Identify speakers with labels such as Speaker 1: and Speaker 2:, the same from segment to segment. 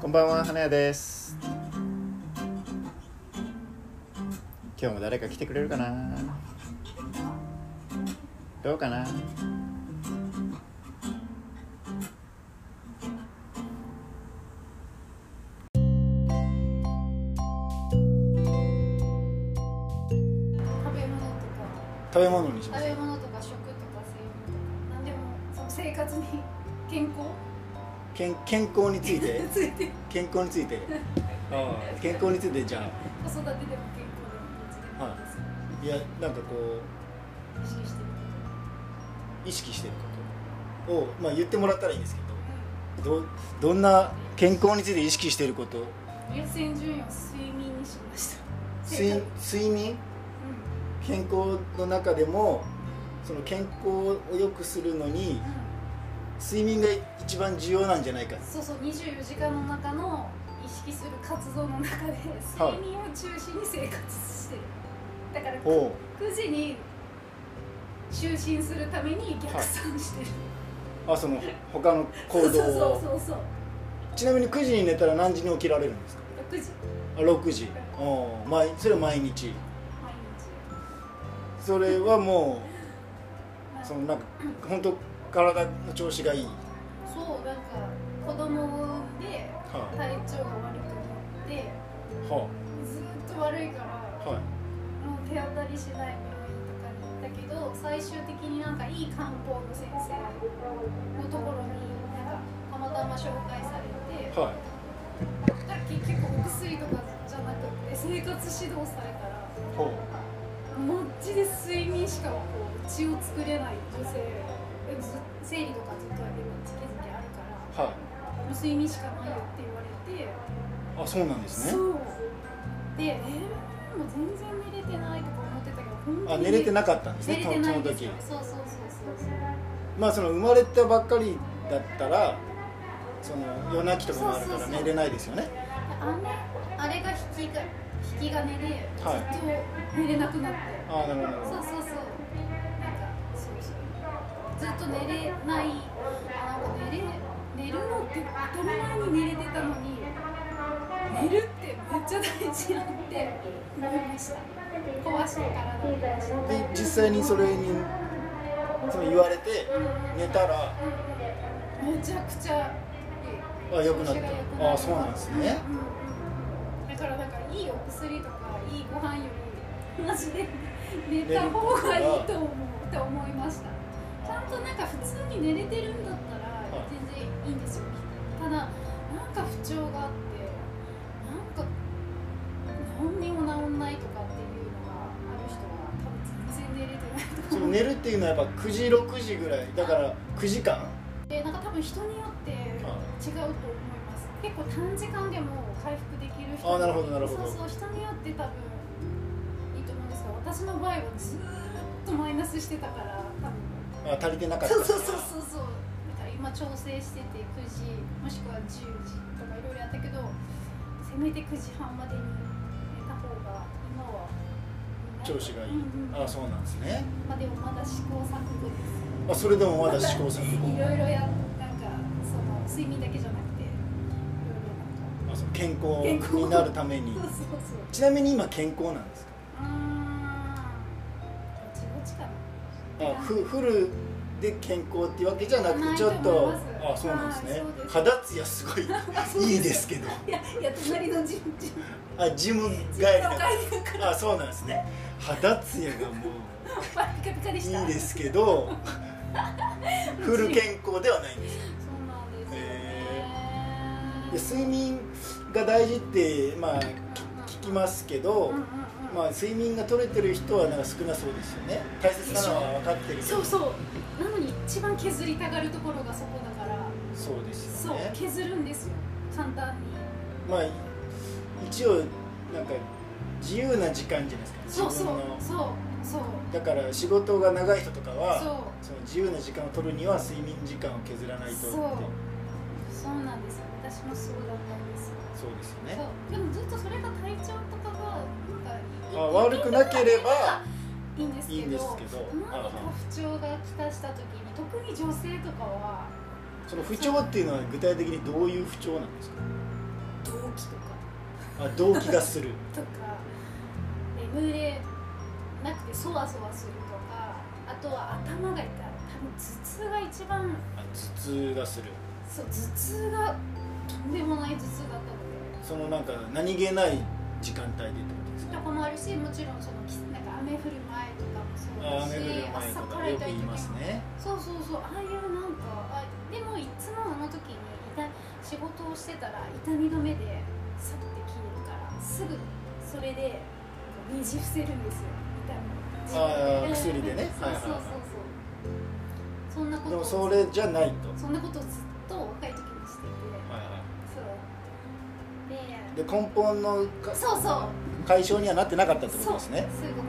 Speaker 1: こんばんは、花屋です。今日も誰か来てくれるかな。どうかな。
Speaker 2: 食べ物と
Speaker 1: 食べ物にし
Speaker 2: か食べ物とか食とかそういうのなんでもその生活に健康
Speaker 1: 健健康につい て
Speaker 2: ついて
Speaker 1: 健康についてああ健康についてじゃ
Speaker 2: 子育てでも健康でもどっちでもいいですよ、
Speaker 1: あいやなんかこ
Speaker 2: 意識してる
Speaker 1: う意識してることを、まあ、言ってもらったらいいんですけどどどんな健康について意識してること
Speaker 2: こと優先順位を睡眠にしました
Speaker 1: 睡
Speaker 2: うん
Speaker 1: 睡眠健康の中でもその健康を良くするのに睡眠が一番重要なんじゃないか
Speaker 2: そうそう24時間の中の意識する活動の中で
Speaker 1: はい
Speaker 2: 睡眠を中心に生活してるだから9
Speaker 1: ほ
Speaker 2: 時に就寝するために逆算してる、
Speaker 1: うあその他の行動を
Speaker 2: そうそうそうそう
Speaker 1: ちなみに9時に寝たら何時に起きられるんですか
Speaker 2: 6時
Speaker 1: あ6時おまあそれは毎日
Speaker 2: 毎
Speaker 1: それはもう
Speaker 2: 日
Speaker 1: そのなんか本当体の調子がいい、
Speaker 2: そうなんか子供を産んで
Speaker 1: は
Speaker 2: 体調が悪くなって
Speaker 1: いは
Speaker 2: ずっと悪いから
Speaker 1: いはい
Speaker 2: もう手当たり次第病院とかに行ったけど最終的になんかいい漢方の先生のところになんかたまたま紹介されて
Speaker 1: は
Speaker 2: だから結局お薬とかじゃなくて生活指導されたら
Speaker 1: いほう
Speaker 2: マッチで睡眠しかこう血を作れない女性えず生理とかずっとあれ月々あるから。
Speaker 1: は
Speaker 2: 睡眠しかないよって言われて、
Speaker 1: いあそうなんです
Speaker 2: そ
Speaker 1: ね
Speaker 2: うでえー、もう全然寝れてないとか思ってたけど本当
Speaker 1: あ
Speaker 2: に
Speaker 1: 寝れてなかったんです
Speaker 2: 寝
Speaker 1: ね
Speaker 2: れ
Speaker 1: そ
Speaker 2: てない
Speaker 1: の
Speaker 2: んです
Speaker 1: 時
Speaker 2: よそうそうそうそう
Speaker 1: まあその生まれたばっかりだったらその夜泣きとかもあるか
Speaker 2: そ
Speaker 1: ら
Speaker 2: うそうそう
Speaker 1: 寝れないですよね
Speaker 2: あれあれが引きが引き金でず
Speaker 1: はい
Speaker 2: っと寝れなくなって、
Speaker 1: ああなるほどなる
Speaker 2: そ
Speaker 1: ほ
Speaker 2: う
Speaker 1: ど
Speaker 2: そうそうなんかそうそうずっと寝れないあなんか寝れ寝るのって当たり前に寝れてたのに寝るってめっちゃ大事やって思いました壊して体を壊して
Speaker 1: で実際にそれにその言われて寝たら
Speaker 2: めちゃくちゃ
Speaker 1: あ良くなっ
Speaker 2: 調子が良くな
Speaker 1: たあそうなんですね
Speaker 2: うんだからなんかいいお薬とかいいご飯よりマジで寝た方がいいと思うって思いましたちゃんとなんか普通に寝れてるんだったら
Speaker 1: い
Speaker 2: 全然いいんですよただなんか不調があってなんか何にも治んないとかっていうのがある人は多分全然寝れてない
Speaker 1: その寝るっていうのはやっぱ9時6時ぐらいだから9時間
Speaker 2: でなんか多分人によって違うと思います結構短時間でも回復できる人
Speaker 1: あなるほどなるほど
Speaker 2: そうそう人によって多分いいと思うんですが私の場合はずーっとマイナスしてたから多分
Speaker 1: あ足りてなかった
Speaker 2: そうそうそうそうそうだから今調整してて9時もしくは10時とかいろいろやったけどせめて9時半までに寝た方が今は
Speaker 1: 調子がいい
Speaker 2: うんうん
Speaker 1: あそうなんですね
Speaker 2: まあでもまだ試行錯誤です
Speaker 1: あそれでもまだ試行錯
Speaker 2: い
Speaker 1: 誤
Speaker 2: ろいろやなんかその睡眠だけじゃなくていろいろなんか
Speaker 1: あその健康になるために
Speaker 2: そうそうそう
Speaker 1: ちなみに今健康なんですか
Speaker 2: うーんぼちぼちか
Speaker 1: あフフルで健康っていうわけじゃなく
Speaker 2: な
Speaker 1: て
Speaker 2: い
Speaker 1: ち
Speaker 2: と
Speaker 1: ょ
Speaker 2: 思
Speaker 1: っ
Speaker 2: い
Speaker 1: とあ
Speaker 2: ます
Speaker 1: そうなんですね
Speaker 2: はいそうです
Speaker 1: 肌ツヤす ごい
Speaker 2: なそう
Speaker 1: いい
Speaker 2: です
Speaker 1: ですけど
Speaker 2: いやいや隣のジムジム
Speaker 1: あジム帰り
Speaker 2: ジムの帰り
Speaker 1: だ
Speaker 2: だ
Speaker 1: か
Speaker 2: から
Speaker 1: あそうなんですね肌ツヤがも
Speaker 2: らピカピカで
Speaker 1: うい
Speaker 2: した
Speaker 1: いですけ どフル健康ではないんです
Speaker 2: そうなんですよね、
Speaker 1: で睡眠が大事ってまあ聞きますけど、
Speaker 2: うんうんうん
Speaker 1: まあ、睡眠が取れてる人はなんか少なそうですよね大切なのは分かってるけど
Speaker 2: そうそうなのに一番削りたがるところがそこだから
Speaker 1: そうです
Speaker 2: そ
Speaker 1: よ
Speaker 2: う
Speaker 1: ね
Speaker 2: 削るんですよ簡単に
Speaker 1: まあ一応なんか自由な時間じゃないですか
Speaker 2: そう
Speaker 1: 自
Speaker 2: そう
Speaker 1: 分の
Speaker 2: そうそう
Speaker 1: だから仕事が長い人とかは
Speaker 2: そう
Speaker 1: その自由な時間を取るには睡眠時間を削らないとって
Speaker 2: そうそうなんですよ私もそうだったんですよ
Speaker 1: そうですよね
Speaker 2: そうでもずっとそれが体調とかがなん
Speaker 1: あ
Speaker 2: か
Speaker 1: 悪くなければ
Speaker 2: いいんですけど
Speaker 1: いいんですけど
Speaker 2: 何か不調がきたした時に特に女性とかは
Speaker 1: その不調っていうのは具体的にどういう不調なんですか
Speaker 2: 動悸とか
Speaker 1: あ動悸がする
Speaker 2: とか眠れなくてそわそわするとかあとは頭が痛い多分頭痛が一番
Speaker 1: あ頭痛がする
Speaker 2: そう頭痛がとんでもない頭痛だったので
Speaker 1: そのなんか何気ない時間帯でってことです
Speaker 2: と
Speaker 1: か
Speaker 2: かもあるしもちろんそのきなんか雨降る前とかもそう
Speaker 1: あ
Speaker 2: だ
Speaker 1: 雨降る前
Speaker 2: し
Speaker 1: と
Speaker 2: 朝か
Speaker 1: からよ
Speaker 2: 痛い
Speaker 1: く言い
Speaker 2: 時も
Speaker 1: ますね
Speaker 2: そうそうそうああいうなんかあでもいつもあの時に痛い仕事をしてたら痛み止めでさって切るからすぐそれでこうねじ伏せるんですよ痛みを
Speaker 1: あー
Speaker 2: 自分
Speaker 1: 薬でね
Speaker 2: そう
Speaker 1: はい
Speaker 2: そう
Speaker 1: はい
Speaker 2: そう
Speaker 1: はい
Speaker 2: そうそんなこ
Speaker 1: で
Speaker 2: とを
Speaker 1: もそれじゃないと、
Speaker 2: そんなことをずっと若い時にしていて
Speaker 1: はいは
Speaker 2: そう
Speaker 1: い、
Speaker 2: で
Speaker 1: で根本のか
Speaker 2: そうそう
Speaker 1: 解消にはなってなかったってこ
Speaker 2: そ
Speaker 1: と
Speaker 2: う
Speaker 1: ですね
Speaker 2: そういうこ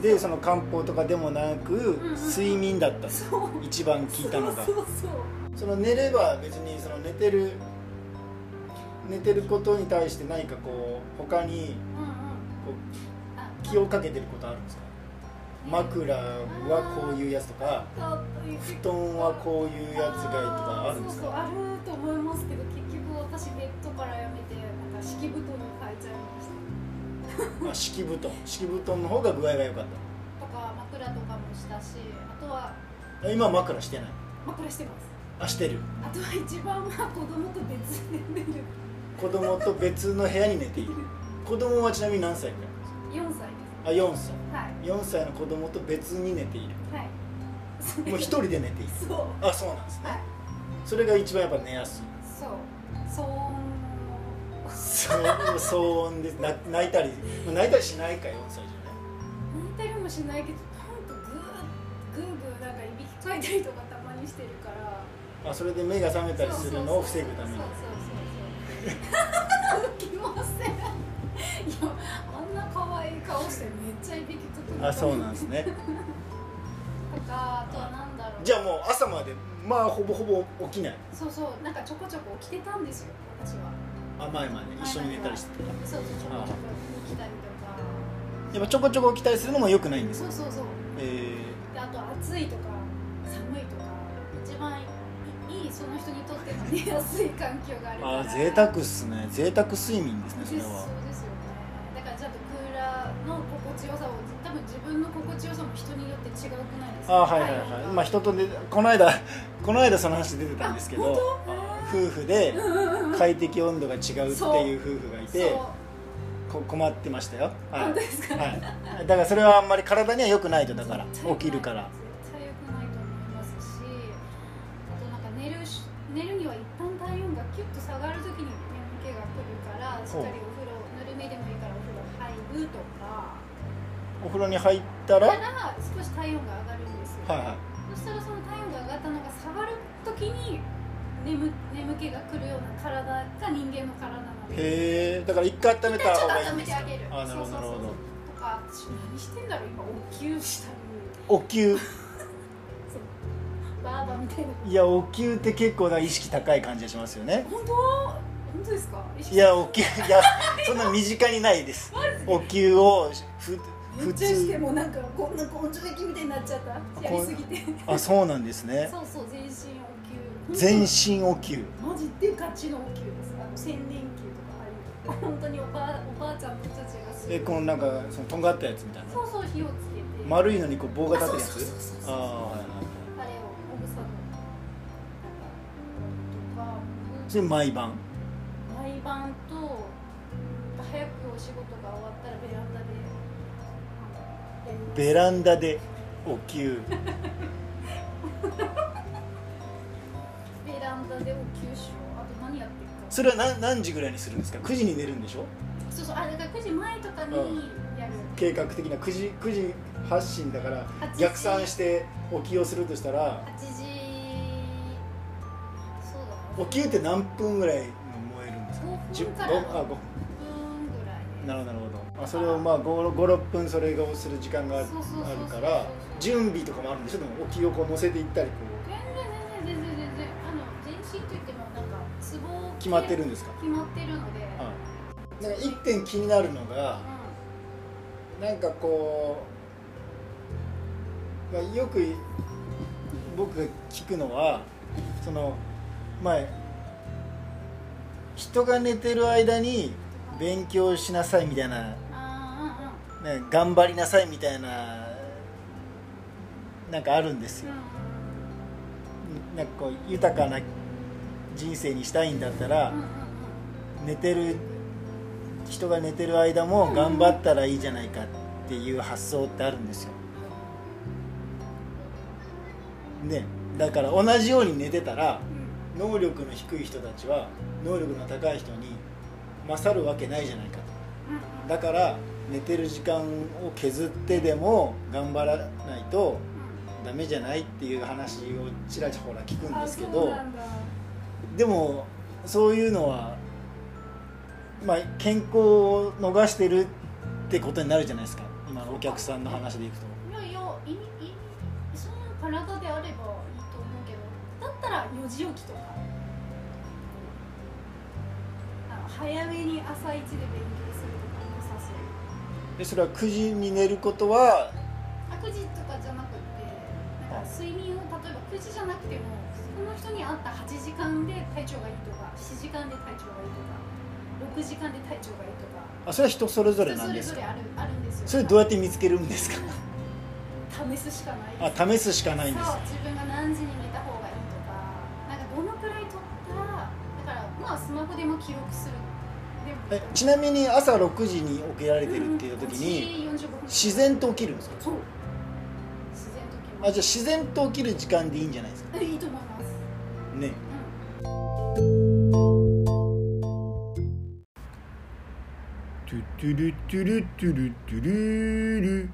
Speaker 2: と
Speaker 1: でその漢方とかでもなく、
Speaker 2: んうん
Speaker 1: 睡眠だった
Speaker 2: で
Speaker 1: と
Speaker 2: すそう
Speaker 1: 一番聞いたのが
Speaker 2: そうそうそう
Speaker 1: その寝れば別にその寝てる寝てることに対して何かこう他に
Speaker 2: うんうん
Speaker 1: こ
Speaker 2: あ
Speaker 1: う気をかけてることあるんですか枕はこういうやつとか
Speaker 2: あという
Speaker 1: 布団はこういうやつがいいとかあるんです
Speaker 2: そうそう
Speaker 1: か
Speaker 2: あると思いますけど結局私ベッドからやめてなんか敷布団に変えちゃいました
Speaker 1: あ敷布団敷布団の方が具合が良かっ
Speaker 2: とか枕とかもしたしあとは
Speaker 1: た今枕してない
Speaker 2: 枕してます
Speaker 1: あしてる
Speaker 2: あとは一番は子供と別で寝る
Speaker 1: 子供と別の部屋に寝ている子供はちなみに何歳くらい
Speaker 2: 4
Speaker 1: あ
Speaker 2: 歳
Speaker 1: 4歳
Speaker 2: で
Speaker 1: 4歳の子供と別に寝ている
Speaker 2: すはいはいそれ
Speaker 1: もう一人で寝ている
Speaker 2: そうは
Speaker 1: あそうなんですね
Speaker 2: い
Speaker 1: それが一番やっぱ寝やすい
Speaker 2: そ う騒音を
Speaker 1: そう騒音でな泣いたりまあ泣いたりしないか4歳じ
Speaker 2: 泣いたりもしないけどパンとグーグーグーなんかいびきかいたりとかたまにしてるから
Speaker 1: ゃないあそれで目が 覚めたりするのを防ぐために
Speaker 2: そうそうそうそうきませんいやあんな可愛い顔してめっちゃいびきかく
Speaker 1: あそうなんです
Speaker 2: と
Speaker 1: ね
Speaker 2: かあとはなんだろう
Speaker 1: じゃあもう朝までまあほぼほぼ起きない
Speaker 2: そうそうなんかちょこちょこ起きてたんですよ私は
Speaker 1: あ前まで一緒に寝たりして
Speaker 2: そうそうちょこちょこ起きたりとか
Speaker 1: やっぱちょこちょこ起きたりするのも良くないんです
Speaker 2: そうそうそう
Speaker 1: えー
Speaker 2: であと暑いとか寒いとか一番いいいその人にとっての寝やすい環境があるから
Speaker 1: あー贅沢っすね贅沢睡眠ですね
Speaker 2: です
Speaker 1: そ
Speaker 2: そう
Speaker 1: れ
Speaker 2: ですよ
Speaker 1: は
Speaker 2: ねだからちゃんとクーラーの心地よさを多分自分の心地よさも人によって違うくないです
Speaker 1: あ
Speaker 2: か
Speaker 1: ーはいはいはいまあ人とでこの間 この間その話出てたんですけどあー夫婦で快適温度が違うっていう夫婦がい
Speaker 2: そう
Speaker 1: てこ困ってましたよは
Speaker 2: 本
Speaker 1: い
Speaker 2: 当ですか、
Speaker 1: はい、だからそれはあんまり体には良くないとだから
Speaker 2: 絶対
Speaker 1: 起
Speaker 2: 良く
Speaker 1: き
Speaker 2: ない
Speaker 1: るから
Speaker 2: 絶対良くないと思いますしあとなんか寝るし寝るには一旦体温がキュッと下がるときに眠気が来るからしっかりお風呂ぬるめでもいいからお風呂入るとか
Speaker 1: お風呂に入ったら
Speaker 2: た
Speaker 1: はい
Speaker 2: ら少し体温が上がるんですよ、
Speaker 1: は
Speaker 2: そしたらその体温が上がったのが下がるときに眠眠気が来るような体が人間の体なの
Speaker 1: い
Speaker 2: で
Speaker 1: へえだから一回温めた
Speaker 2: ち
Speaker 1: 方
Speaker 2: ょっ
Speaker 1: がい
Speaker 2: と
Speaker 1: いん
Speaker 2: 温め
Speaker 1: です
Speaker 2: て
Speaker 1: か
Speaker 2: あげる
Speaker 1: あなるほど
Speaker 2: そう
Speaker 1: なるほ
Speaker 2: そうそう
Speaker 1: ど
Speaker 2: とか私何してんだろう今お灸したり
Speaker 1: お灸
Speaker 2: バーバみたいない
Speaker 1: やお灸って結構なんか意識高い感じがしますよね
Speaker 2: 本当本当ですか
Speaker 1: いやお灸いやそんな身近にないですお灸をふ
Speaker 2: め
Speaker 1: 普
Speaker 2: っちゃして
Speaker 1: 通
Speaker 2: もうなんかこんな根性焼きみたいになっちゃったやりすぎて
Speaker 1: あそうなんですね
Speaker 2: そうそう全身お灸
Speaker 1: 全身お灸
Speaker 2: マジでガチのお灸ですあの千年灸とかああいう本当におばあおばあちゃんたちがす
Speaker 1: え
Speaker 2: る
Speaker 1: このなんかそのとんがったやつみたいな
Speaker 2: そうそう火をつけて
Speaker 1: 丸いのにこう棒が立ってるや
Speaker 2: あそうそうそう
Speaker 1: つ
Speaker 2: そう
Speaker 1: ああーはいはいはい
Speaker 2: あれをおぐさの
Speaker 1: それ
Speaker 2: なんか
Speaker 1: 毎晩
Speaker 2: とか毎晩と早くお仕事が終わったらベランダでやります
Speaker 1: ベランダでお灸
Speaker 2: ベランダでお給酒をあと何やってるか
Speaker 1: それは何何時ぐらいにするんですか9時に寝るんでしょ
Speaker 2: そうそうあだから9時前とかにやる、
Speaker 1: 計画的な9時 ,9 時発進だから
Speaker 2: 8時
Speaker 1: 逆算してお灸をするとしたら
Speaker 2: 8時そうだ
Speaker 1: お灸って何分ぐらいの燃えるんですか
Speaker 2: 5
Speaker 1: 10
Speaker 2: 分から
Speaker 1: あ
Speaker 2: 6
Speaker 1: 5
Speaker 2: 分ぐらいで
Speaker 1: なるほどなるほどあそれをまあ56分それをする時間がある
Speaker 2: そうそうそうそう
Speaker 1: あるから準備とかもあるんでしょでもお灸をこう乗せていったりこ
Speaker 2: 全然全然全然全然あの全身といってもなんかツボを
Speaker 1: う決まってるんですか
Speaker 2: 決まってるの
Speaker 1: は
Speaker 2: で、
Speaker 1: いなんか一点気になるのがなんかこう、まあ、よく僕が聞くのはその前人が寝てる間に勉強しなさいみたいな、ね、
Speaker 2: あー
Speaker 1: 頑張りなさいみたいななんかあるんです
Speaker 2: うん
Speaker 1: よ
Speaker 2: うん
Speaker 1: なんかこう豊かな人生にしたいんだったら
Speaker 2: うんうんうん
Speaker 1: 寝てる人が寝てる間も頑張ったらいいじゃないかっていう発想ってあるんですよねだから同じように寝てたら
Speaker 2: うん
Speaker 1: 能力の低い人たちは能力の高い人に勝るわけないじゃないかと
Speaker 2: うんうん
Speaker 1: だから寝てる時間を削ってでも頑張らないとダメじゃないっていう話をちらほら聞くんですけ
Speaker 2: あそう
Speaker 1: ど
Speaker 2: なんだ
Speaker 1: でもそういうのは、まあ、健康を逃してるってことになるじゃないですか今のお客さんの話でいくと
Speaker 2: いやいや意味意味その体であればいいと思うけどだったら4時起きとかあの早めに朝一で勉強するとかもさそう
Speaker 1: でそれは9時に寝ることは
Speaker 2: 悪事とかじゃなくてなんか睡眠を例えば9時じゃなくてもその人に合った8時間で体調がいいとか7時間で体調がいいとか6時間で体調がいいとか
Speaker 1: あそれは人それぞれな
Speaker 2: そ
Speaker 1: ん
Speaker 2: れ
Speaker 1: です
Speaker 2: ぞれ
Speaker 1: か
Speaker 2: あるあるんですよ
Speaker 1: それどうやって見つけるんですか
Speaker 2: 試すしかないです
Speaker 1: あ試すしかないんです
Speaker 2: そう自分が何時に寝た方がいいとかなんかどのくらい取ったらだからまあスマホでも記録するで
Speaker 1: え
Speaker 2: も
Speaker 1: ちなみに朝6時に起きられてるっていう時に
Speaker 2: うん8時45分
Speaker 1: 自然と起きるんですか
Speaker 2: そう自然
Speaker 1: あじゃあ
Speaker 2: とゃ
Speaker 1: 自然と起きる時間でいいんじゃないですか
Speaker 2: いいと思います
Speaker 1: ねトゥトゥルトゥルトゥルトゥルル